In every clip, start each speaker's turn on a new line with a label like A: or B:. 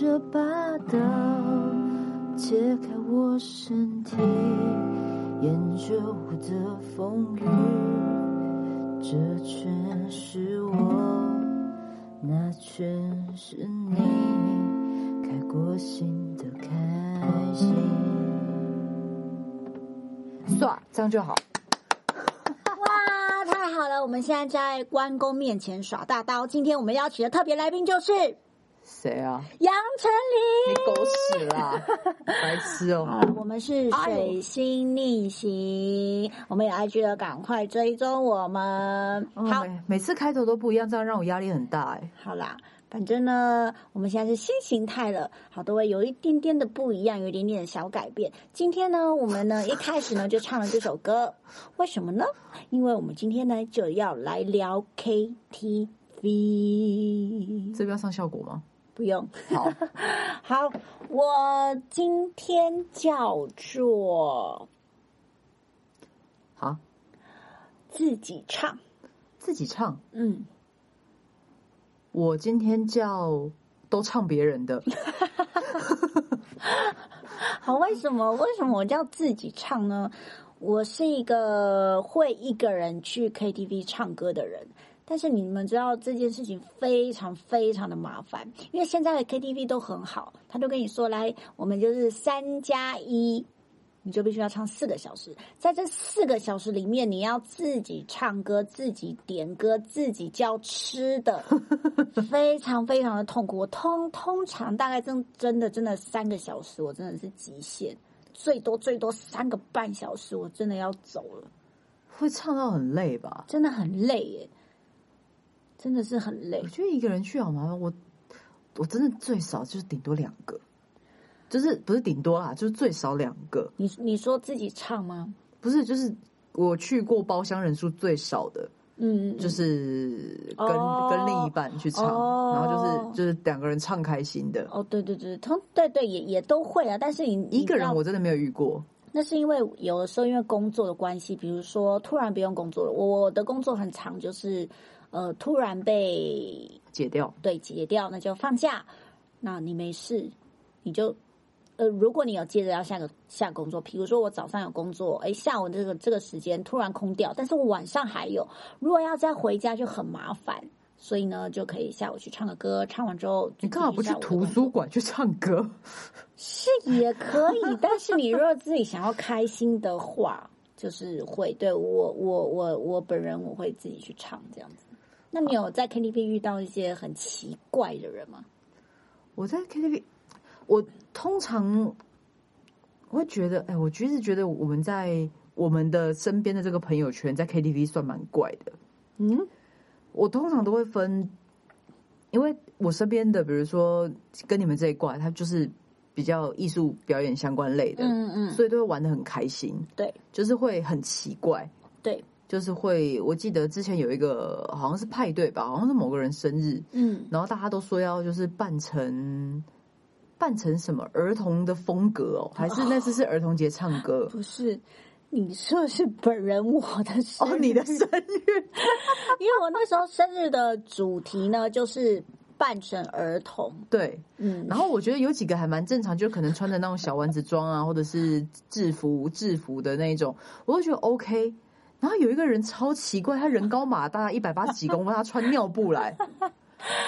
A: 的霸道，解开我身体，沿着我的风雨，这全是我，那全是你，开过心的开心。
B: 算了，这样就好。
C: 哇，太好了！我们现在在关公面前耍大刀。今天我们邀请的特别来宾就是
B: 谁啊？
C: 杨丞
B: 你
C: 琳。
B: 狗屎啦！ 白痴哦、
C: 啊我们是水星逆行，我们有 IG 的，赶快追踪我们。
B: 哦
C: 好，
B: 每每次开头都不一样，这样让我压力很大哎、
C: 好啦，反正呢，我们现在是新形态了，好多位有一点点的不一样，有一点点的小改变。今天呢，我们呢一开始呢就唱了这首歌，为什么呢？因为我们今天呢就要来聊 KTV，
B: 这边要上效果 吗？
C: 不用。
B: 好，
C: 好，我今天叫做
B: 好，
C: 自己唱，
B: 自己唱。
C: 嗯，
B: 我今天叫都唱别人的，
C: 好，为什么为什么我叫自己唱呢？我是一个会一个人去 KTV 唱歌的人，但是你们知道这件事情非常非常的麻烦，因为现在的 KTV 都很好，他都跟你说来，我们就是三加一。你就必须要唱四个小时，在这四个小时里面，你要自己唱歌、自己点歌、自己叫吃的，非常非常的痛苦。我通通常大概真真的真的三个小时，我真的是极限，最多最多三个半小时，我真的要走了，
B: 会唱到很累吧？
C: 真的很累耶，真的是很累
B: 我。觉得一个人去好麻烦，我我真的最少就是顶多两个，就是不是顶多啦，就是最少两个，
C: 你你说自己唱吗？
B: 不是就是我去过包厢人数最少的，
C: 嗯，
B: 就是跟、
C: 哦
B: 跟另一半去唱，
C: 哦
B: 然后就是就是两个人唱开心的，
C: 哦，对对对，通对对也也都会啊，但是你你
B: 一个
C: 知道
B: 人我真的没有遇过。
C: 那是因为有的时候因为工作的关系，比如说突然不用工作了，我我的工作很长，就是呃突然被
B: 解掉，
C: 对解掉，那就放假，那你没事，你就呃如果你有接着要下个下工作，比如说我早上有工作，诶，下午这个这个时间突然空掉，但是我晚上还有，如果要再回家就很麻烦。所以呢，就可以下午去唱个歌，唱完之后就
B: 你干嘛
C: 继续
B: 不去
C: 下午的
B: 图
C: 工作
B: 书馆去唱歌？
C: 是也可以，但是你如果自己想要开心的话，就是会对我我我我本人我会自己去唱这样子。那你有在 KTV 遇到一些很奇怪的人吗？
B: 我在 KTV，我通常我会觉得，哎，我其实觉得我们在我们的身边的这个朋友圈，在 KTV 算蛮怪的。
C: 嗯，
B: 我通常都会分，因为我身边的，比如说跟你们这一挂，他就是比较艺术表演相关类的，
C: 嗯嗯，
B: 所以都会玩的很开心，
C: 对
B: 就是会很奇怪。
C: 对，
B: 就是会，我记得之前有一个好像是派对吧，好像是某个人生日，
C: 嗯
B: 然后大家都说要就是扮成扮成什么儿童的风格哦，还是那次是儿童节唱歌
C: 不是。你说的是本人我的生日，
B: 哦，你的生日
C: 因为我那时候生日的主题呢就是扮成儿童，
B: 对，
C: 嗯，
B: 然后我觉得有几个还蛮正常，就可能穿着那种小丸子装啊，或者是制服制服的那种，我就觉得 OK。然后有一个人超奇怪，他人高马大，一百八十几公分，他穿尿布来，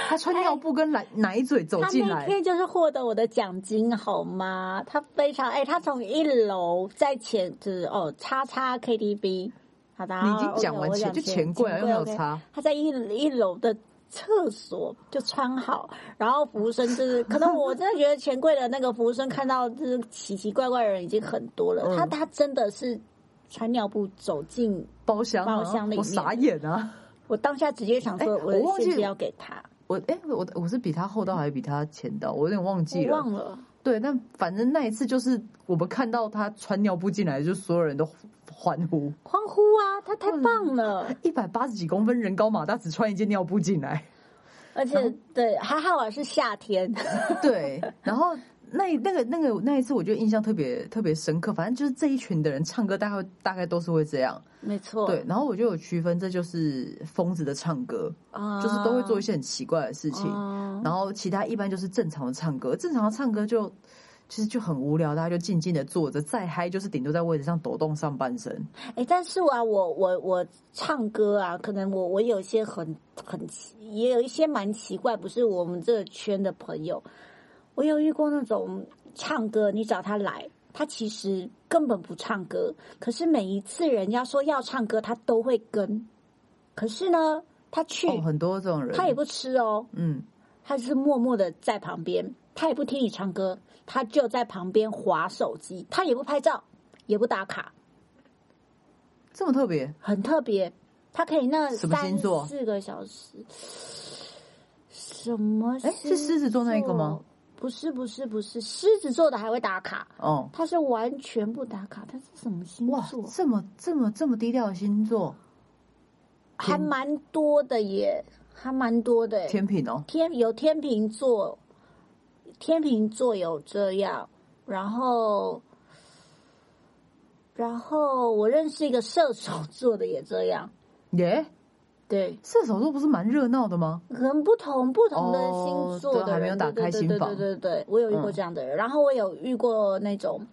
B: 他穿尿布跟奶奶嘴走
C: 他
B: 进
C: 那
B: 来，
C: 天就是获得我的奖金，好吗？他非常哎、他从一楼在前就是哦，叉叉 KTV，好的，
B: 你已经
C: 哦
B: 讲
C: 我
B: 完
C: 我
B: 钱就
C: 钱
B: 钱柜啊，又没有
C: OK
B: 差，
C: 他在一一楼的厕所就穿好，然后服务生就是，可能我真的觉得钱柜的那个服务生看到就是奇奇怪怪的人已经很多了，
B: 嗯
C: 他他真的是穿尿布走进，
B: 包厢啊
C: 包厢里
B: 我傻眼啊！
C: 我当下直接想说，
B: 哎
C: 我的
B: 我忘记
C: 现金要给他，
B: 我哎、我我是比他厚道还是比他前到？我有点忘记
C: 我
B: 了。
C: 忘了。
B: 对，但反正那一次就是我们看到他穿尿布进来，就所有人都欢呼。
C: 欢呼啊！他太棒了！
B: 一百八十几公分，人高马大，只穿一件尿布进来。嗯
C: 啊而且对，还好我是夏天，
B: 对，然后那那个那个那一次，我觉得印象特别特别深刻。反正就是这一群的人唱歌，大概大概都是会这样。
C: 没错，
B: 对，然后我就有区分，这就是疯子的唱歌，
C: 啊，
B: 就是都会做一些很奇怪的事情。
C: 啊
B: 然后其他一般就是正常的唱歌，正常的唱歌就其实就很无聊，大家就静静的坐着，再嗨就是顶多在位置上抖动上半身。
C: 哎，但是啊，我我我唱歌啊，可能我我有一些很很奇，也有一些蛮奇怪，不是我们这个圈的朋友。我有遇过那种唱歌，你找他来，他其实根本不唱歌，可是每一次人家说要唱歌，他都会跟。可是呢，他去、
B: 哦，很多这种人，
C: 他也不吃哦，
B: 嗯，
C: 他就是默默的在旁边，他也不听你唱歌，他就在旁边划手机，他也不拍照，也不打卡。
B: 这么特别，
C: 很特别，它可以那
B: 什么
C: 三
B: 星座
C: 四个小时，什么？
B: 诶哎是狮子座那一个吗？
C: 不是，不是，不是，狮子座的还会打卡，
B: 哦，
C: 他是完全不打卡，他是什么星
B: 哇
C: 座，？
B: 这么这么这么低调的星座，
C: 还蛮多的耶，还蛮多的耶。
B: 天平哦，
C: 天有天秤座，天秤座有这样，然后，然后我认识一个射手座的也这样，
B: 耶，
C: 对。
B: 射手座不是蛮热闹的吗？
C: 可能不同不同的
B: 哦
C: 星座
B: 对
C: 的
B: 还没有
C: 人
B: 打开心房
C: 对对对对对，我有遇过
B: 嗯
C: 这样的人，然后我有遇过那种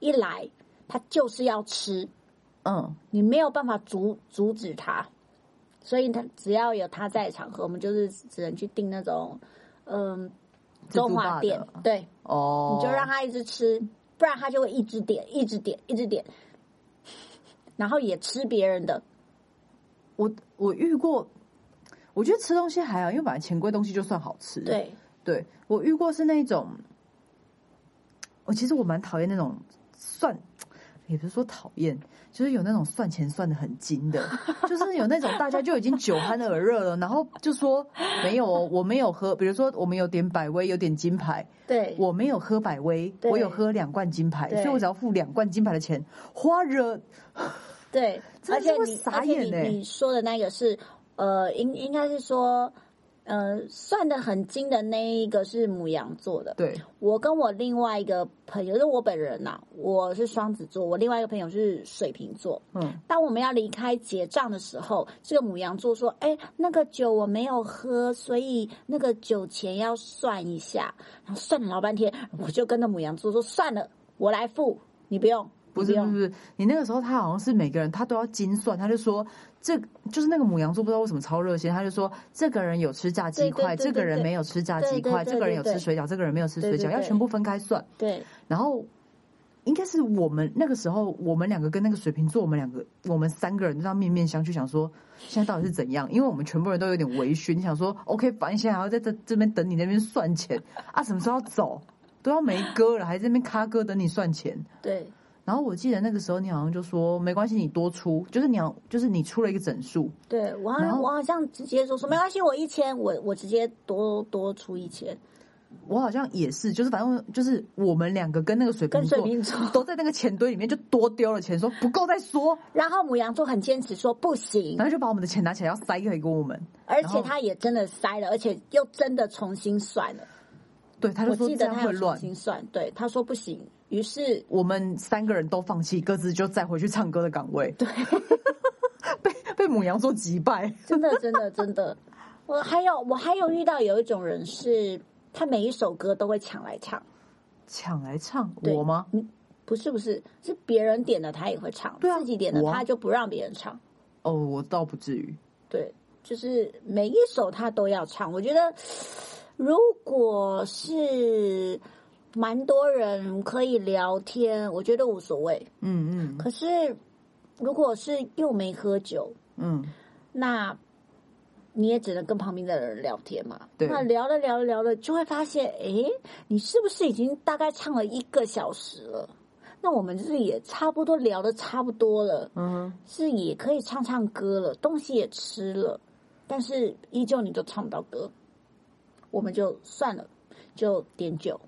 C: 一来他就是要吃，
B: 嗯，
C: 你没有办法阻阻止他，所以他只要有他在的场合，我们就是只能去订那种嗯
B: 自助
C: 中
B: 霸
C: 华
B: 的
C: 店，对，
B: 哦，
C: 你就让他一直吃，不然他就会一直点一直点 一直点，然后也吃别人的，
B: 我我遇过，我觉得吃东西还好，因为本来钱贵东西就算好吃。，
C: 对，
B: 对我遇过是那种，我其实我蛮讨厌那种算，也不是说讨厌，就是有那种算钱算的很精的，就是有那种大家就已经酒酣耳热了，然后就说没有哦，我没有喝，比如说我们有点百威，有点金牌，
C: 对，
B: 我没有喝百威，
C: 对
B: 我有喝两罐金牌，
C: 对
B: 所以我只要付两罐金牌的钱，花惹
C: 对，
B: 真
C: 而
B: 的是
C: 且
B: 会
C: 你
B: 傻眼
C: 而且
B: 欸
C: 你你说的那个是呃，应应该是说呃，算的很精的那一个是母羊座的。
B: 对
C: 我跟我另外一个朋友，就是我本人呐、我是双子座，我另外一个朋友是水瓶座。
B: 嗯
C: 当我们要离开结账的时候，这个母羊座说：“哎，那个酒我没有喝，所以那个酒钱要算一下。”然后算了老半天，我就跟那母羊座说：“算了，我来付，你不用，你
B: 不是
C: 用
B: 不是不是，你那个时候他好像是每个人他都要精算，他就说这就是那个母羊座不知道为什么超热心，他就说这个人有吃炸鸡块，
C: 对对对
B: 这个人
C: 对
B: 没有吃炸
C: 对
B: 鸡
C: 对
B: 块，
C: 对
B: 这个人有
C: 对
B: 吃水饺，这个人没有吃水
C: 对对
B: 饺，要
C: 对
B: 全部分开算。
C: 对，
B: 然后应该是我们那个时候，我们两个跟那个水瓶座，我们两个我们三个人就这样面面相觑，想说现在到底是怎样？因为我们全部人都有点微醺，想说 OK，反正现在还要在这这边等你那边算钱啊，什么时候要走？都要没歌了，还在那边卡歌等你算钱。
C: 对，
B: 然后我记得那个时候你好像就说没关系，你多出，就是你要就是你出了一个整数，
C: 对我好
B: 然
C: 像
B: 后
C: 我好像直接说说没关系，我一千，我我直接多多出一千，
B: 我好像也是，就是反正就是我们两个跟那个水瓶
C: 跟水
B: 座
C: 瓶座。
B: 都在那个钱堆里面就多丢了钱，说不够再说，
C: 然后母羊座很坚持说不行
B: 然，后就把我们的钱拿起来要塞给给我们，
C: 而
B: 然
C: 且
B: 后
C: 他也真的塞了，而且又真的重新算了。
B: 对，他
C: 我
B: 就说
C: 记
B: 这
C: 得
B: 样
C: 他
B: 会
C: 有重
B: 乱。
C: 新算，对他说不行，于 是
B: 我们三个人都放弃，各自就再回去唱歌的岗位。对， 被被母羊座击败。
C: 真的真的真的，我还有我还有遇到有一种人是，他每一首歌都会抢来唱，
B: 抢来唱
C: 对
B: 我吗？
C: 不是不是是别人点的他也会唱，
B: 对啊
C: 自己点的
B: 我啊
C: 他就不让别人唱。
B: 哦，我倒不至于。
C: 对，就是每一首他都要唱。我觉得，如果是蛮多人可以聊天，我觉得无所谓。
B: 嗯嗯
C: 可是，如果是又没喝酒，
B: 嗯，
C: 那你也只能跟旁边的人聊天嘛。
B: 对
C: 那聊了聊了聊了，就会发现，诶，你是不是已经大概唱了一个小时了？那我们就是也差不多聊的差不多了。
B: 嗯，
C: 是也可以唱唱歌了，东西也吃了，但是依旧你都唱不到歌，我们就算了，就点酒，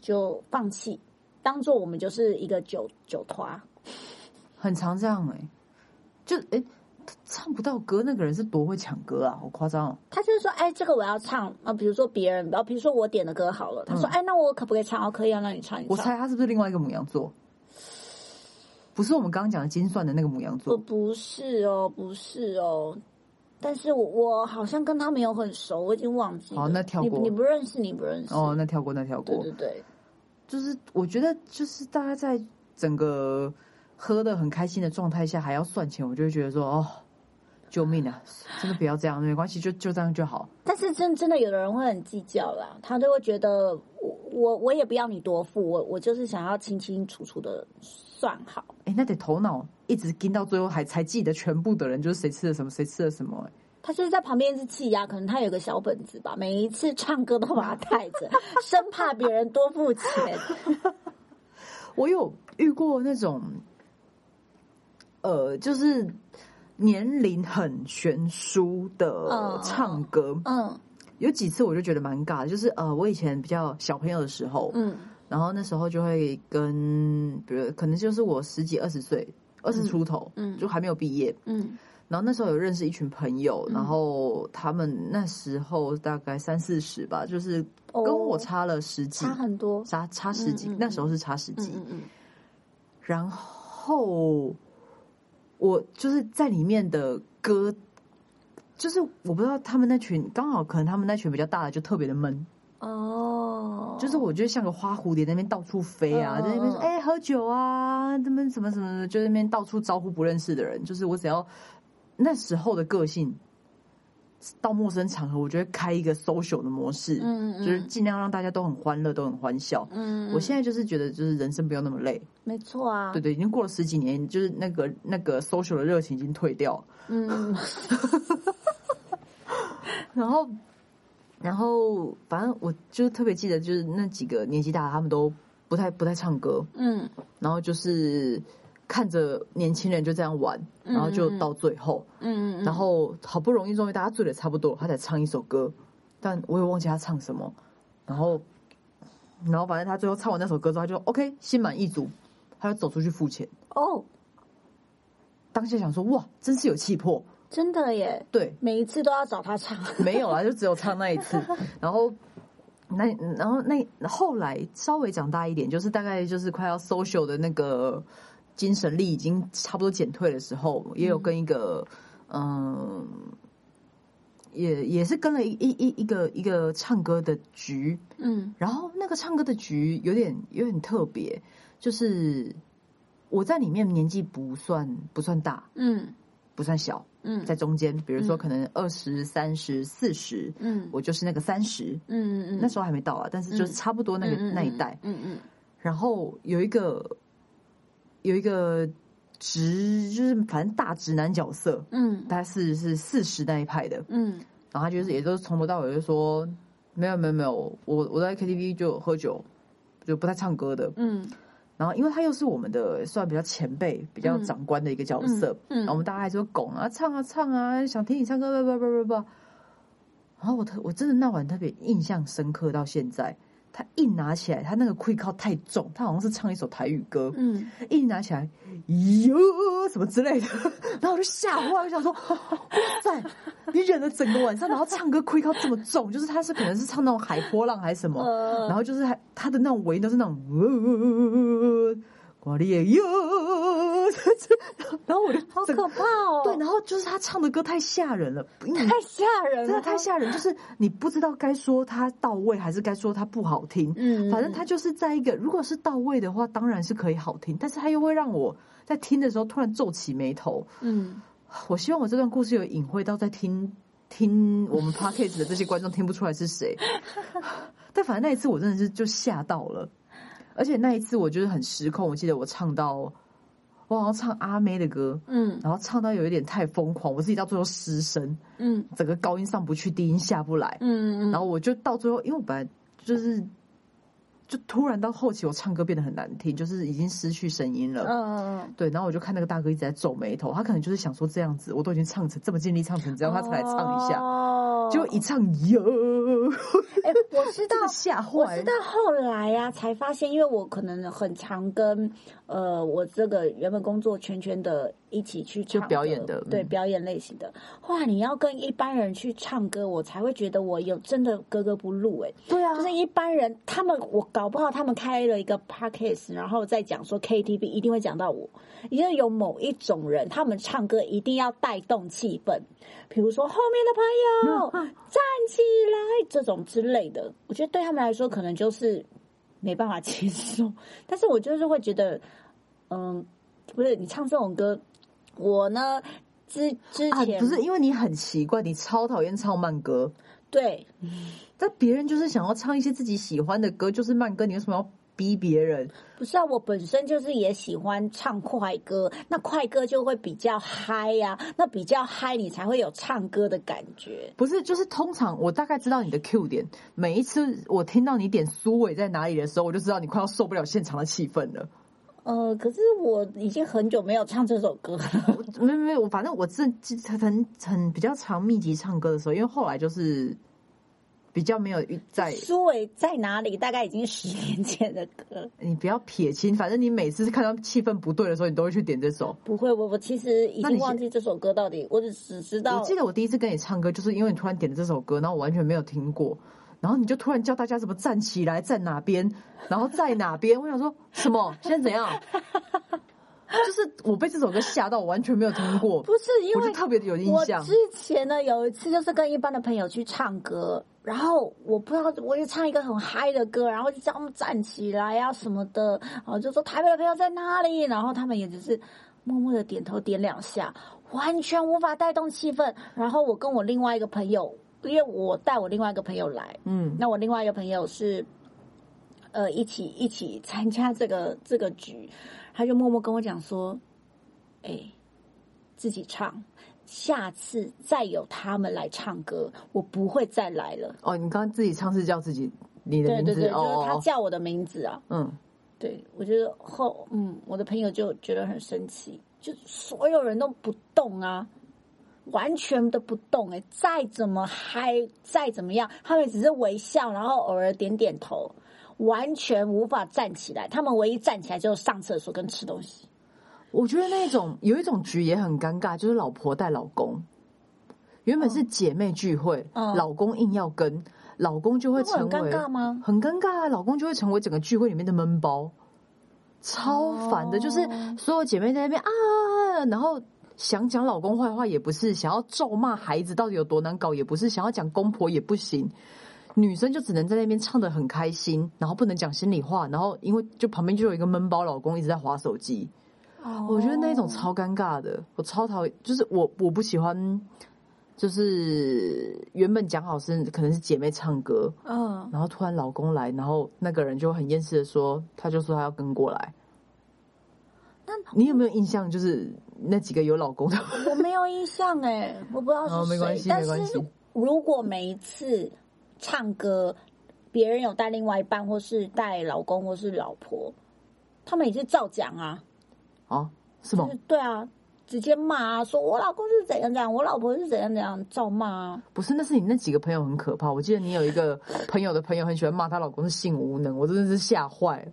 C: 就放弃，当做我们就是一个酒酒团。
B: 欸很常这样哎、就哎、唱不到歌，那个人是多会抢歌啊，好夸张哦！
C: 他就是说，哎，这个我要唱啊，比如说别人，啊，比如说我点的歌好了，他说，
B: 嗯
C: 哎，那我可不可以唱？哦，可以啊，那你唱，你
B: 我
C: 唱。
B: 猜他是不是另外一个母羊座？不是我们刚刚讲的精算的那个母羊座，
C: 我不是哦，不是哦，但是我我好像跟他没有很熟，我已经忘记了。
B: 好那跳过
C: 你你不认识，你不认识。
B: 哦，那跳过，那跳
C: 对
B: 过
C: 对，对，
B: 就是我觉得就是大家在整个喝的很开心的状态下还要算钱，我就会觉得说哦，救命啊！真的不要这样，没关系，就就这样就好。
C: 但是真真的有的人会很计较啦，他就会觉得我我我也不要你多付，我我就是想要清清楚楚的算好。
B: 哎，那得头脑一直盯到最后还才记得全部的人，就是谁吃了什么，谁吃了什么、哎
C: 他就是在旁边一直气压，可能他有个小本子吧，每一次唱歌都把它带 着，生怕别人多付钱。
B: 我有遇过那种，呃，就是年龄很悬殊的
C: 嗯
B: 唱歌，
C: 嗯
B: 有几次我就觉得蛮尬的。就是呃，我以前比较小朋友的时候，
C: 嗯
B: 然后那时候就会跟，比如可能就是我十几二十岁，二十出头，
C: 嗯
B: 就还没有毕业。
C: 嗯
B: 然后那时候有认识一群朋友，然后他们那时候大概三四十吧，就是跟
C: 哦
B: 我差了十几，
C: 差很多。
B: 差差十几，
C: 嗯嗯嗯
B: 那时候是差十
C: 嗯
B: 几。
C: 嗯嗯，
B: 然后我就是在里面的歌，就是我不知道他们那群刚好可能他们那群比较大的就特别的闷，
C: 嗯哦，
B: 就是我觉得像个花蝴蝶在那边到处飞啊，
C: 嗯
B: 在那边说
C: 嗯嗯
B: 哎、喝酒啊，他们什么什么的，就在那边到处招呼不认识的人。就是我只要那时候的个性。到陌生场合，我就会开一个 social 的模式，
C: 嗯嗯
B: 就是尽量让大家都很欢乐，都很欢笑。
C: 嗯，
B: 我现在就是觉得，就是人生不要那么累，
C: 没错啊，
B: 对对，已经过了十几年，就是那个那个 social 的热情已经退掉了。
C: 嗯，
B: 然后，然后反正我就特别记得，就是那几个年纪大的他们都不太不太唱歌，
C: 嗯
B: 然后就是看着年轻人就这样玩，然后就到最后，
C: 嗯，
B: 然后好不容易终于大家醉的差不多了，他才唱一首歌，但我也忘记他唱什么，然后。然后反正他最后唱完那首歌之后，他就 OK 心满意足，他就走出去付钱。
C: 哦，
B: 当下想说哇，真是有气魄，
C: 真的耶，
B: 对，
C: 每一次都要找他唱，
B: 没有啊啦，就只有唱那一次。然后那然后那后来稍微长大一点，就是大概就是快要 social 的那个精神力已经差不多减退的时候，也有跟一个嗯。也也是跟了一一一一个一个唱歌的局，
C: 嗯
B: 然后那个唱歌的局有点有点特别，就是我在里面年纪不算不算大，
C: 嗯
B: 不算小，
C: 嗯
B: 在中间，比如说
C: 嗯
B: 可能二十三十四十，
C: 嗯
B: 我就是那个三十，
C: 嗯嗯，
B: 那时候还没到啊，但是就是差不多那个、那一代。
C: 嗯嗯
B: 然后有一个有一个直，就是反正大直男角色，
C: 嗯
B: 大概是是四十那一派的，
C: 嗯
B: 然后他就是也都是从头到尾就说没有没有没有，我我在 KTV 就喝酒，就不太唱歌的。
C: 嗯
B: 然后因为他又是我们的算比较前辈、比较
C: 嗯
B: 长官的一个角色，
C: 嗯嗯
B: 然后我们大家还说拱啊唱啊唱啊，想听你唱歌叭叭叭叭叭。然后我特我真的那晚特别印象深刻到现在，他一拿起来，他那个 quick call 太重，他好像是唱一首台语歌，
C: 嗯，
B: 一拿起来，哟什么之类的， 然后我就吓坏，我想说，哇塞，你忍了整个晚上，然后唱歌 quick call 这么重，就是他是可能是唱那种海波浪还是什么，
C: 呃，
B: 然后就是他他的那种尾音都是那种，呃瓜利耶哟，然后我就
C: 好
B: 整个
C: 可怕哦，
B: 对，然后就是他唱的歌太吓人了，因为你
C: 太吓人了，
B: 真的太吓人，就是你不知道该说他到位还是该说他不好听。
C: 嗯，
B: 反正他就是在一个，如果是到位的话，当然是可以好听，但是他又会让我在听的时候突然皱起眉头。
C: 嗯
B: 我希望我这段故事有隐晦到在听听我们 podcast 的这些观众听不出来是谁， 但反正那一次我真的是就吓到了，而且那一次我就是很失控，我记得我唱到我好像唱阿妹的歌，
C: 嗯
B: 然后唱到有一点太疯狂，我自己到最后失声，
C: 嗯
B: 整个高音上不去，低音下不来，
C: 嗯
B: 然后我就到最后，因为我本来就是。就突然到后期，我唱歌变得很难听，就是已经失去声音了。
C: 嗯，
B: 对，然后我就看那个大哥一直在皱眉头，他可能就是想说这样子，我都已经唱成这么尽力唱成这样，他才来唱一下。
C: 哦，
B: 结果一唱哟，
C: 哎，我我知道
B: 真的 吓
C: 我
B: 坏
C: 是
B: 了
C: 到。后来呀、才发现，因为我可能很常跟呃我这个原本工作圈圈的一起去唱
B: 就表演的
C: 对
B: 嗯
C: 表演类型的。后来你要跟一般人去唱歌，我才会觉得我有真的格格不入哎、
B: 对啊，
C: 就是一般人，他们我搞不好他们开了一个 podcast，然后再讲说 KTV 一定会讲到我，因为有某一种人，他们唱歌一定要带动气氛，比如说后
B: 啊
C: 面的朋友站起来这种之类的，我觉得对他们来说可能就是没办法接受， 但是我就是会觉得，嗯，不是你唱这种歌，我呢之之
B: 啊，
C: 前、
B: 不是因为你很奇怪，你超讨厌唱慢歌，
C: 对
B: 但别人就是想要唱一些自己喜欢的歌，就是慢歌，你为什么要逼别人？
C: 不是啊，我本身就是也喜欢唱快歌，那快歌就会比较嗨呀、那比较嗨你才会有唱歌的感觉。
B: 不是，就是通常我大概知道你的 Q 点，每一次我听到你点苏伟在哪里的时候，我就知道你快要受不了现场的气氛了。
C: 呃，可是我已经很久没有唱这首歌了。
B: 没有没有，我反正我这很很比较常密集唱歌的时候，因为后来就是比较没有在
C: 苏伟在哪里？大概已经十年前的歌了。
B: 你不要撇清，反正你每次看到气氛不对的时候，你都会去点这首。
C: 不会，我我其实已
B: 那你
C: 经
B: 是
C: 忘记这首歌到底，我只只知道
B: 我记得我第一次跟你唱歌，就是因为你突然点了这首歌，然后我完全没有听过，然后你就突然叫大家什么站起来，站哪边，然后在哪边。我想说什 么？现在怎样？就是我被这首歌吓到，我完全没有听过，
C: 不是因
B: 我就
C: 为
B: 特别有印
C: 我
B: 象
C: 之。前呢有一次就是跟一般的朋友去唱歌，然后我不知道，我就唱一个很嗨的歌，然后就叫他们站起来啊什么的，然后就说台北的朋友在哪里，然后他们也只是默默的点头点两下，完全无法带动气氛。然后我跟我另外一个朋友，因为我带我另外一个朋友来，
B: 嗯，
C: 那我另外一个朋友是，呃，一起一起参加这个这个局，他就默默跟我讲说，哎、自己唱，下次再有他们来唱歌，我不会再来了。
B: 哦，你刚刚自己唱是叫自己你的
C: 对
B: 名
C: 对
B: 字
C: 对，就是他
B: 哦，
C: 叫我的名字啊，
B: 嗯，
C: 对我觉得后嗯，我的朋友就觉得很生气，就所有人都不动啊。完全都不动哎、再怎么嗨，再怎么样，他们只是微笑，然后偶尔点点头，完全无法站起来。他们唯一站起来就是上厕所跟吃东西。
B: 我觉得那种有一种局也很尴尬，就是老婆带老公。原本是姐妹聚会，
C: 嗯
B: 老公硬要跟，老公就会
C: 那会
B: 成
C: 很
B: 为
C: 尴尬吗？
B: 很尴尬啊，老公就会成为整个聚会里面的闷包，超烦的。
C: 哦
B: 就是所有姐妹在那边啊，然后想讲老公坏话也不是，想要咒骂孩子到底有多难搞也不是，想要讲公婆也不行。女生就只能在那边唱的很开心，然后不能讲心里话，然后因为就旁边就有一个闷包老公一直在划手机，
C: 哦
B: 我觉得那一种超尴尬的，我超讨厌，就是我我不喜欢，就是原本讲好是可能是姐妹唱歌，
C: 嗯，
B: 然后突然老公来，然后那个人就很厌世的说，他就说他要跟过来。
C: 那
B: 你有没有印象？就是那几个有老公的，
C: 我没有印象哎、我不知道是谁。
B: 哦没关系
C: 但
B: 没关系
C: 是如果每一次唱歌，别人有带另外一半，或是带老公，或是老婆，他们也是照讲啊，
B: 哦，是
C: 就
B: 吗
C: 是？对啊，直接骂啊，说我老公是怎样怎样，我老婆是怎样怎样，照骂啊。
B: 不是，那是你那几个朋友很可怕。我记得你有一个朋友的朋友很喜欢骂她老公是性无能，我真的是吓坏了。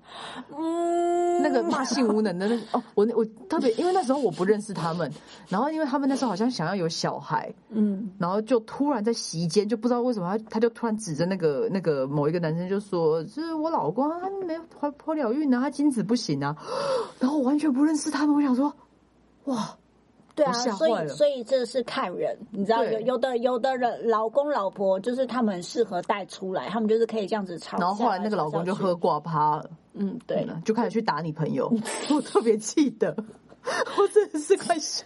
C: 嗯，
B: 那个 骂性无能的那个哦，我我特别因为那时候我不认识他们，然后因为他们那时候好像想要有小孩，
C: 嗯，
B: 然后就突然在席间，就不知道为什么他他就突然指着那个那个某一个男生就说：“就是我老公啊他没有怀破了孕啊，他精子不行啊。”然后我完全不认识他们，我想说，哇，
C: 对啊，
B: 我吓
C: 所
B: 坏
C: 以
B: 了
C: 所以这是看人，你知道
B: 对
C: 有有的有的人老公老婆就是他们很适合带出来，他们就是可以这样子吵架。
B: 然后后来那个老公就
C: 吵架去
B: 喝，挂趴了，
C: 嗯，对，
B: 嗯就开始去打你朋友，我特别记得， 我真的是快笑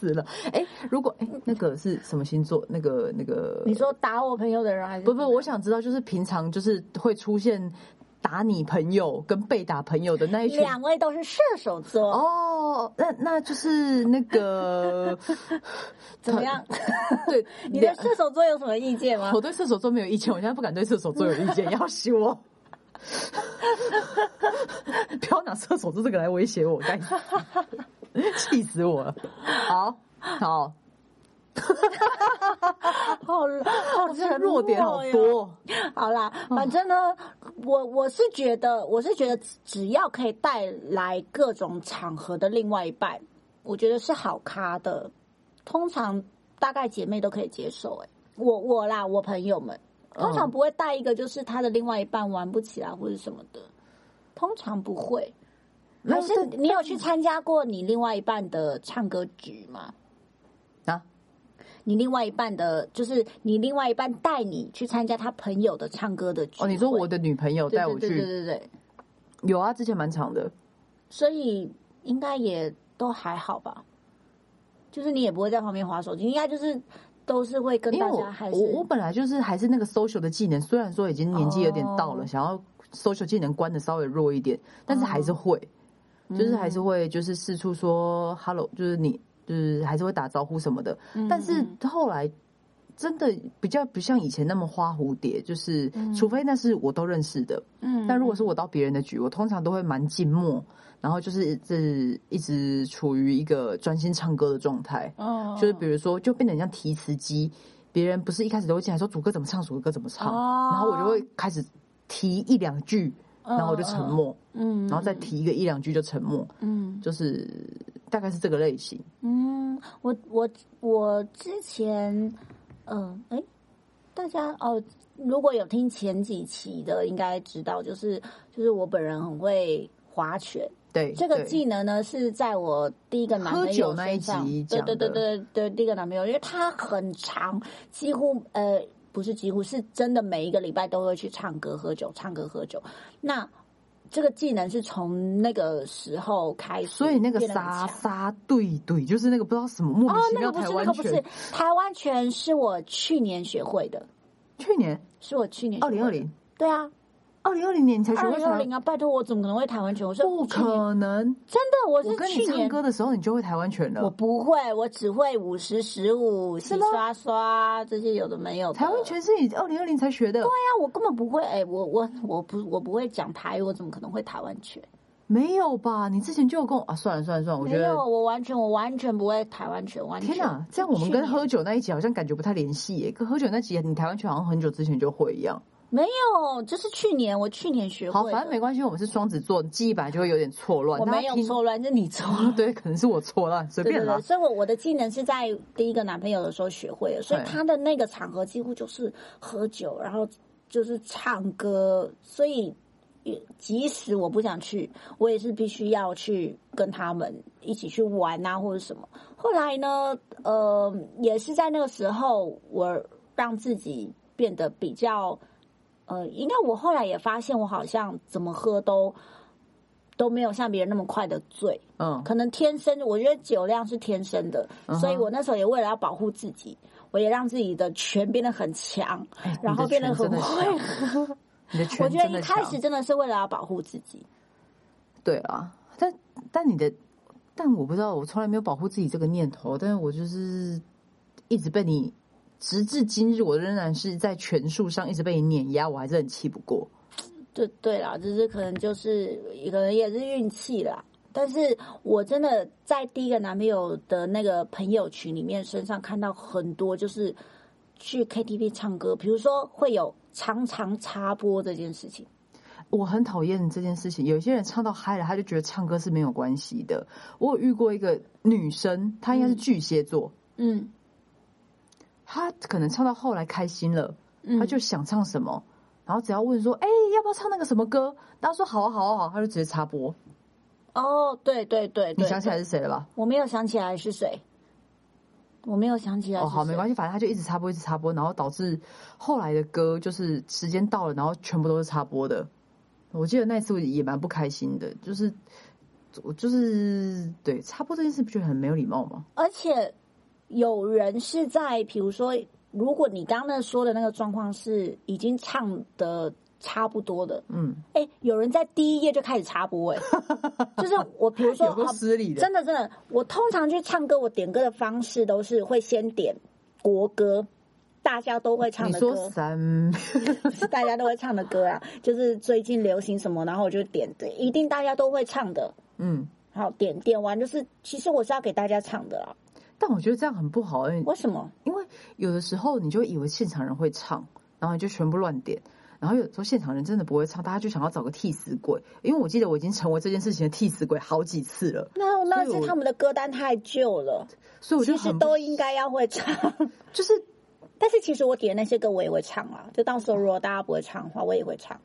B: 死了。哎，如果哎那个是什么星座？那个那个
C: 你说打我朋友的人还是
B: 不不，我想知道就是平常就是会出现打你朋友跟被打朋友的那一群
C: 两位都是射手座，
B: 哦，那那就是那个
C: 怎么样？
B: 对，
C: 你对
B: 两
C: 射手座有什么意见吗
B: 我？对射手座没有意见，我现在不敢对射手座有意见，要挟我。 不要拿射手座这个来威胁我，该死气死我了！好好，
C: 啊好了，好
B: 这
C: 沉
B: 弱点
C: 默
B: 好
C: 呀
B: 多。啊
C: 好啦，反正呢，我我是觉得，我是觉得，只要可以带来各种场合的另外一半，我觉得是好咖的，通常大概姐妹都可以接受、欸。哎，我我啦，我朋友们通常
B: 嗯
C: 不会带一个就是他的另外一半玩不起来或者什么的，通常不会。
B: 那
C: 还是
B: 但
C: 哦你有去参加过你另外一半的唱歌局吗？
B: 啊，
C: 你另外一半的，就是你另外一半带你去参加他朋友的唱歌的聚会。
B: 哦，你说我的女朋友
C: 对
B: 带我
C: 对对
B: 去，
C: 对对对，
B: 有啊，之前蛮长的。
C: 所以应该也都还好吧，就是你也不会在旁边划手机，应该就是都是会跟
B: 因为
C: 大
B: 我
C: 家还是
B: 我我本来就是还是那个 social 的技能，虽然说已经年纪有点到了，
C: 哦
B: 想要 social 技能关的稍微弱一点，但是还
C: 嗯
B: 是会，就是还是会就是四处说 hello，就是你就是还是会打招呼什么的。
C: 嗯
B: 但是
C: 嗯
B: 后来真的比较不像以前那么花蝴蝶，就是、除非那是我都认识的，
C: 嗯，
B: 但如果是我到别人的局，我通常都会蛮静默，然后就是这一直处于一个专心唱歌的状态。
C: 嗯
B: 就是比如说，就变得很像提词机，别人不是一开始都会进来说主歌怎么唱，主歌怎么唱，
C: 哦
B: 然后我就会开始提一两句，然后我就沉默，
C: 嗯，
B: 然后再提一个一两句就沉默，
C: 嗯
B: 就是大概是这个类型。
C: 嗯，我我我之前，嗯、诶哎，大家哦，如果有听前几期的，应该知道，就是就是我本人很会划拳，
B: 对，
C: 这个
B: 对
C: 技能呢是在我第一个男朋
B: 喝
C: 友
B: 酒
C: 身上
B: 那一集，
C: 对
B: 讲
C: 对
B: 的
C: 对对对，第一个男朋友，因为他很长，几乎呃不是几乎是真的每一个礼拜都会去唱歌喝酒，唱歌喝酒。那这个技能是从那个时候开始，
B: 所以那个
C: 变得很
B: 沙
C: 强
B: 沙对对，就是那个不知道什么莫名
C: 哦，
B: 其
C: 那
B: 妙
C: 个不
B: 台
C: 是那
B: 湾
C: 个不是
B: 拳，
C: 台湾拳是我去年学会的，
B: 去年
C: 是我去年学
B: 二
C: 会的
B: 零二，零，
C: 对啊，
B: 二零二零年你才学
C: 二
B: 会
C: 零二
B: 台
C: 零啊，拜托我怎么可能会台湾拳？我说
B: 不
C: 去年
B: 可能！
C: 真的，我
B: 我跟
C: 是
B: 你
C: 去
B: 唱
C: 年
B: 歌的时候，你就会台湾拳
C: 我
B: 了。
C: 不会，我只会五十、十五、洗
B: 是吗
C: 刷刷这些有的没有的。
B: 台湾拳是你二零二零才学的，
C: 对啊，我根本不会。哎、我我我不我不会讲台语，我怎么可能会台湾拳？
B: 没有吧？你之前就有跟我啊，算了算了算了，我
C: 没
B: 觉得
C: 有，我完全我完全不会台湾拳，完全。
B: 天哪，这样我们
C: 去
B: 跟
C: 年
B: 喝酒那一集好像感觉不太联系耶。跟喝酒那集，你台湾拳好像很久之前就会一样。
C: 没有，这是去年我去年学会
B: 好，
C: 的。
B: 反正没关系，我们是双子座，记忆本来就会有点错乱。
C: 我
B: 大家
C: 没有
B: 听
C: 错乱，是你错 乱。
B: 对，可能是我错乱，随
C: 对对
B: 便啦
C: 对，。所以我我的技能是在第一个男朋友的时候学会的，所以
B: 对
C: 他的那个场合几乎就是喝酒，然后就是唱歌，所以也即使我不想去，我也是必须要去跟他们一起去玩啊或者什么。后来呢，呃，也是在那个时候，我让自己变得比较，呃，应该我后来也发现，我好像怎么喝都都没有像别人那么快的醉。
B: 嗯，
C: 可能天生，我觉得酒量是天生的
B: 嗯哼
C: 所以我那时候也为了要保护自己，我也让自己的拳变得很强，
B: 哎
C: 然后变得很，
B: 你
C: 会
B: 的拳真的强你
C: 喝。
B: 的
C: 我
B: 拳
C: 觉得
B: 真
C: 一
B: 的
C: 开
B: 强。
C: 始真的是为了要保护自己，
B: 对啊，但但你的，但我不知道，我从来没有保护自己这个念头，但是我就是一直被你，直至今日，我仍然是在拳术上一直被你碾压，我还是很气不过。
C: 对对啦，就是可能就是可能也是运气啦。但是我真的在第一个男朋友的那个朋友群里面身上看到很多，就是去 KTV 唱歌，比如说会有常常插播这件事情。
B: 我很讨厌这件事情。有些人唱到嗨了，他就觉得唱歌是没有关系的。我有遇过一个女生，她应该是巨蟹座，
C: 嗯，
B: 她可能唱到后来开心了，
C: 嗯
B: 她就想唱什么，然后只要问说：“哎、要不要唱那个什么歌？”然后说：“好啊，好啊，好啊。”她就直接插播。
C: 哦，对对对对，
B: 你想起来是谁了吧？
C: 我没有想起来是谁，我没有想起来是
B: 哦，
C: 谁。
B: 好，没关系，反正她就一直插播，一直插播，然后导致后来的歌就是时间到了，然后全部都是插播的。我记得那一次我也蛮不开心的，就是我就是对插播这件事，不觉得很没有礼貌吗？
C: 而且有人是在，比如说，如果你刚刚说的那个状况是已经唱的差不多的，
B: 嗯，
C: 哎、有人在第一页就开始插播、 哎，就是我，比如说，
B: 有够
C: 啊
B: 失礼的。
C: 真的真的，我通常去唱歌，我点歌的方式都是会先点国歌，大家都会唱
B: 你
C: 的歌。
B: 说三，
C: 大家都会唱的歌啊，就是最近流行什么，然后我就点，一定大家都会唱的。
B: 嗯，
C: 好，点点完就是，其实我是要给大家唱的啦。
B: 但我觉得这样很不好，因为
C: 为什么？
B: 因为有的时候你就以为现场人会唱，然后你就全部乱点。然后有时候现场人真的不会唱，大家就想要找个替死鬼。因为我记得我已经成为这件事情的替死鬼好几次了，
C: 那
B: 所
C: 那
B: 以
C: 是
B: 我
C: 他们的歌单太旧了，
B: 所以我就
C: 其实
B: 很
C: 都应该要会 唱。
B: 就是
C: 但是其实我点的那些歌我也会唱啊，就到时
B: 哦
C: 候如果大家不会唱的话，我也会唱。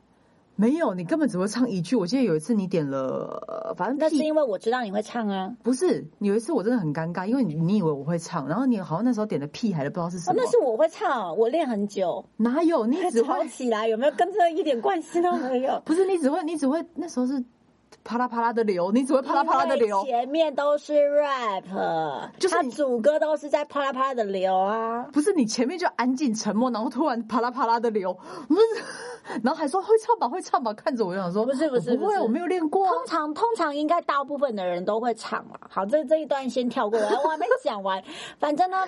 B: 没有你根本只会唱一句。我记得有一次你点了，呃反正
C: 那是
B: 屁
C: 因为我知道你会唱啊，
B: 不是有一次我真的很尴尬，因为你你以为我会唱，然后你好像那时候点的屁孩的不知道是什
C: 哦，
B: 么，
C: 那是我会唱，我练很久，
B: 哪有你只
C: 吵
B: 会。
C: 起来有没有跟这一点关系都没有
B: 不是你只会你只会那时候是啪啦啪啦的流，你只会啪啦啪啦的流
C: 因为，前面都是 rap，
B: 就是
C: 他
B: 你
C: 主歌都是在啪啦啪啦的流啊。
B: 不是你前面就安静沉默，然后突然啪啦啪啦的流，不是，然后还说会唱吧会唱吧，看着我就想说
C: 不是不是
B: 我不
C: 不
B: 会
C: 是
B: 我没有练过啊、
C: 通常通常应该大部分的人都会唱了。好，这这一段先跳 过，我还没讲完。反正呢，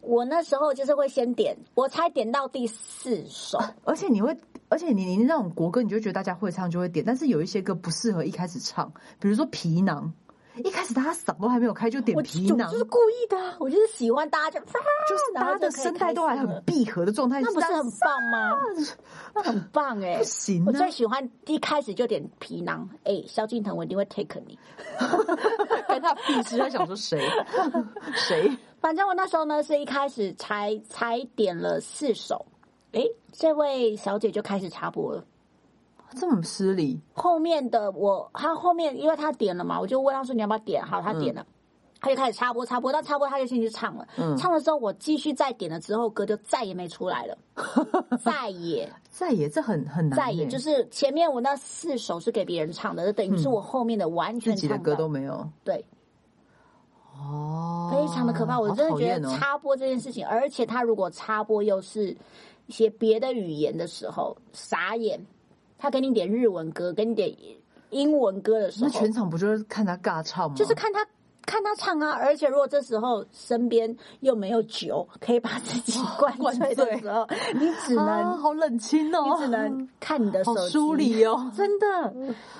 C: 我那时候就是会先点，我才点到第四首。
B: 而且你会，而且你你那种国歌，你就觉得大家会唱就会点，但是有一些歌不适合一开始唱，比如说皮囊。一开始大家嗓都还没有开就点
C: 我
B: 皮
C: 就
B: 囊，
C: 就是故意的啊，我就是喜欢大家就
B: 就是大家的声带都还很闭合的状态，
C: 那不是很棒吗？那很棒哎、
B: 不行
C: 我
B: 啊
C: 最！喜欢一开始就点皮囊，哎、萧敬腾我一定会 take 你。哎
B: 跟他屁事，他想说 谁 谁？
C: 反正我那时候呢是一开始才才点了四首，哎、这位小姐就开始插播了。
B: 这么失礼，
C: 后面的我，她后面因为她点了嘛，我就问她说你要不要点，好，她点了。她就开始插播插播，但插播她就先去唱了。
B: 嗯
C: 唱了之后，我继续再点了之后，歌就再也没出 来了，再也
B: 再也这很很难欸，
C: 再也就是前面我那四首是给别人唱的，就等于是我后面的完
B: 嗯自
C: 全
B: 己
C: 唱
B: 的
C: 不
B: 歌
C: 到
B: 都没有
C: 对，
B: 哦，
C: 非常的可怕。我
B: 好
C: 真的
B: 讨
C: 觉
B: 厌
C: 得
B: 哦
C: 插播这件事情，而且他如果插播又是一些别的语言的时候，傻眼。他给你点日文歌，给你点英文歌的时
B: 那
C: 候，
B: 全场不就是看他尬唱吗？
C: 就是看他看他唱啊。而且如果这时候身边又没有酒可以把自己 灌
B: 哦灌
C: 醉的
B: 醉
C: 时候，你只
B: 啊，
C: 能、
B: 好冷清哦，
C: 你只能看你的手
B: 好
C: 机。
B: 疏离哦。
C: 真的，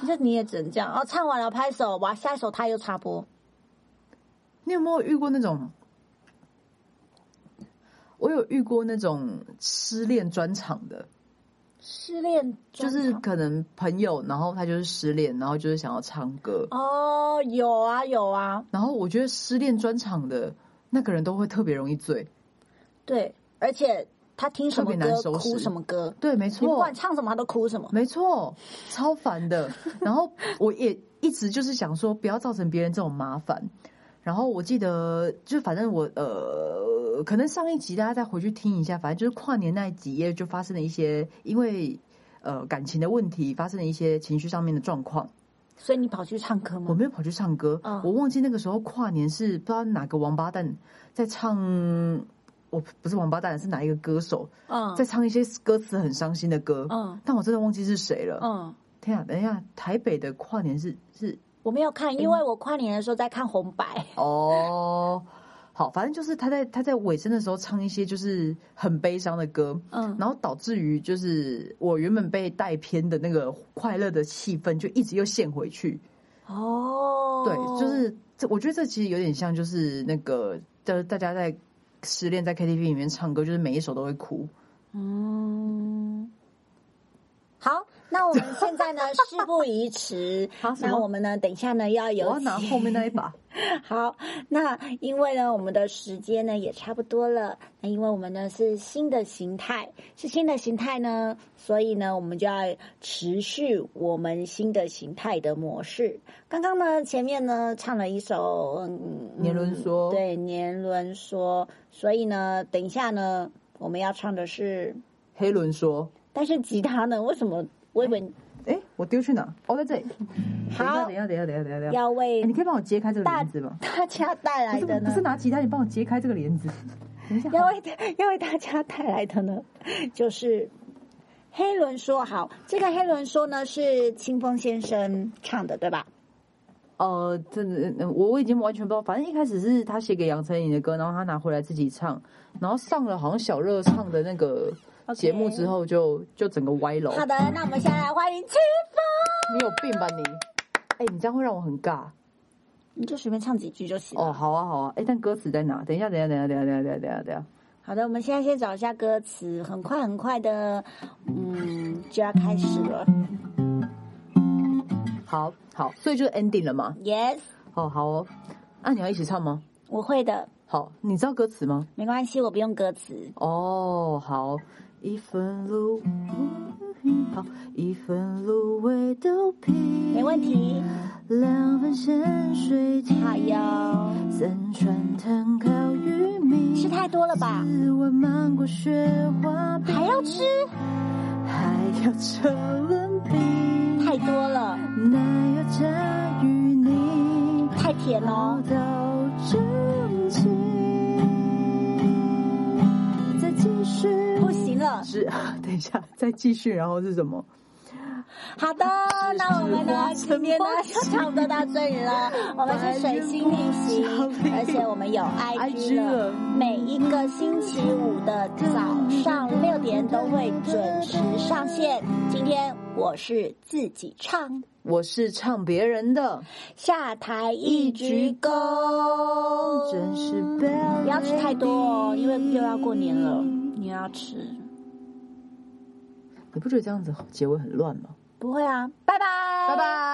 C: 你就你也只能这样。然后唱完了拍手，哇，下一首他又插播，
B: 你有没有遇过那种？我有遇过那种失恋专场的，
C: 失恋
B: 就
C: 专
B: 是
C: 场
B: 可能朋友，然后他就是失恋，然后就是想要唱歌，
C: 哦，有啊有啊，
B: 然后我觉得失恋专场的那个人都会特别容易醉，
C: 对，而且他听什么
B: 特别难
C: 歌
B: 收拾
C: 哭什么歌，
B: 对，没
C: 你不
B: 错
C: 管，唱什么他都哭什么。
B: 没错，超烦 的。然后我也一直就是想说，不要造成别人这种麻烦。然后我记得，就反正我呃，可能上一集大家再回去听一下，反正就是跨年那几夜就发生了一些，因为呃感情的问题，发生了一些情绪上面的状况。
C: 所以你跑去唱歌
B: 我
C: 吗？
B: 没有跑去唱歌，
C: 嗯
B: 我忘记那个时候跨年是不知道哪个王八蛋在唱，我不是王八蛋，是哪一个歌手
C: 嗯
B: 在唱一些歌词很伤心的歌，
C: 嗯
B: 但我真的忘记是谁了。
C: 嗯，
B: 天啊，等一下，台北的跨年是是
C: 我没有看，因为我跨年的时候在看红白。
B: 哦， 好，反正就是他在他在尾声的时候唱一些就是很悲伤的歌，
C: 嗯
B: 然后导致于就是我原本被带偏的那个快乐的气氛就一直又陷回去。
C: 哦，
B: 对，就是这，我觉得这其实有点像就是那个的大家在失恋在 KTV 里面唱歌，就是每一首都会哭。
C: 嗯。好，那我们现在呢，事不宜迟
B: 好。什么
C: 那我们呢，等一下呢，要有
B: 我要拿后面那一把。
C: 好，那因为呢，我们的时间呢也差不多了。那因为我们呢是新的形态，是新的形态呢，所以呢，我们就要持续我们新的形态的模式。刚刚呢，前面呢唱了一首嗯，
B: 年轮说
C: 嗯对，年轮说。所以呢，等一下呢，我们要唱的是，
B: 黑伦说
C: 但是吉他呢，为什么？我以为：“
B: 哎，我丢去哪？哦，在这里。等一下，
C: 好
B: 等一下，等一下，等一下，等一下。
C: 要
B: 哎
C: 为
B: 你可以帮我揭开这个帘子吗？
C: 大家带来
B: 不
C: 的
B: 是不
C: 呢
B: 是，拿吉他，你帮我揭开这个 帘子。等一下，
C: 要为要为大家带来的呢， 就是黑伦说好，这个黑伦说呢是清风先生唱的，对吧？
B: 呃，真的，我我已经完全不知道。反正一开始是他写给杨丞琳的歌，然后他拿回来自己唱，然后上了好像小热唱的那个
C: OK
B: 节目之后就，就整个歪楼。
C: 好的，那我们现在来欢迎清
B: 你
C: 风。
B: 有病吧你？哎、你这样会让我很尬。
C: 你就随便唱几句就行了。
B: 哦，好啊，好啊，哎，但歌词在哪？等一下，等一下，等一下，等一下，等一下，等一下，等一下。
C: 好的，我们现在先找一下歌词，很快很快的，嗯，就要开始了。
B: 好好，所以就是 ending 了嘛。
C: Yes，
B: 哦，好哦，那、你要一起唱吗？
C: 我会的，
B: 好，你知道歌词吗？
C: 没关系，我不用歌词。
B: 哦，好，一份芦，好，一份芦苇豆皮，
C: 没问题。
A: 两份咸水鸡，
C: 好哟，
A: 三串炭烤玉米，
C: 吃太多了吧？
A: 四碗芒果雪花冰，
C: 还要吃？
A: 还有车轮饼，
C: 太多了，
A: 奶油炸芋泥，
C: 太甜
A: 熬
C: 哦。
A: 到蒸汽，再继续。
C: 不行了，
B: 是， 等一下，再继续，然后是什么？
C: 好的，那我们呢？今天呢就差不多到这里了。我们是水星逆行，而且我们有 IG 了。每一个星期五的早上六点都会准时上线。今天我是自己唱，
B: 我是唱别人的，
C: 下台一鞠躬。
A: 真是 bad
C: 不要吃太多哦，因为又要过年了，你要吃。
B: 你不觉得这样子结尾很乱吗？
C: 不会啊，拜拜，
B: 拜拜。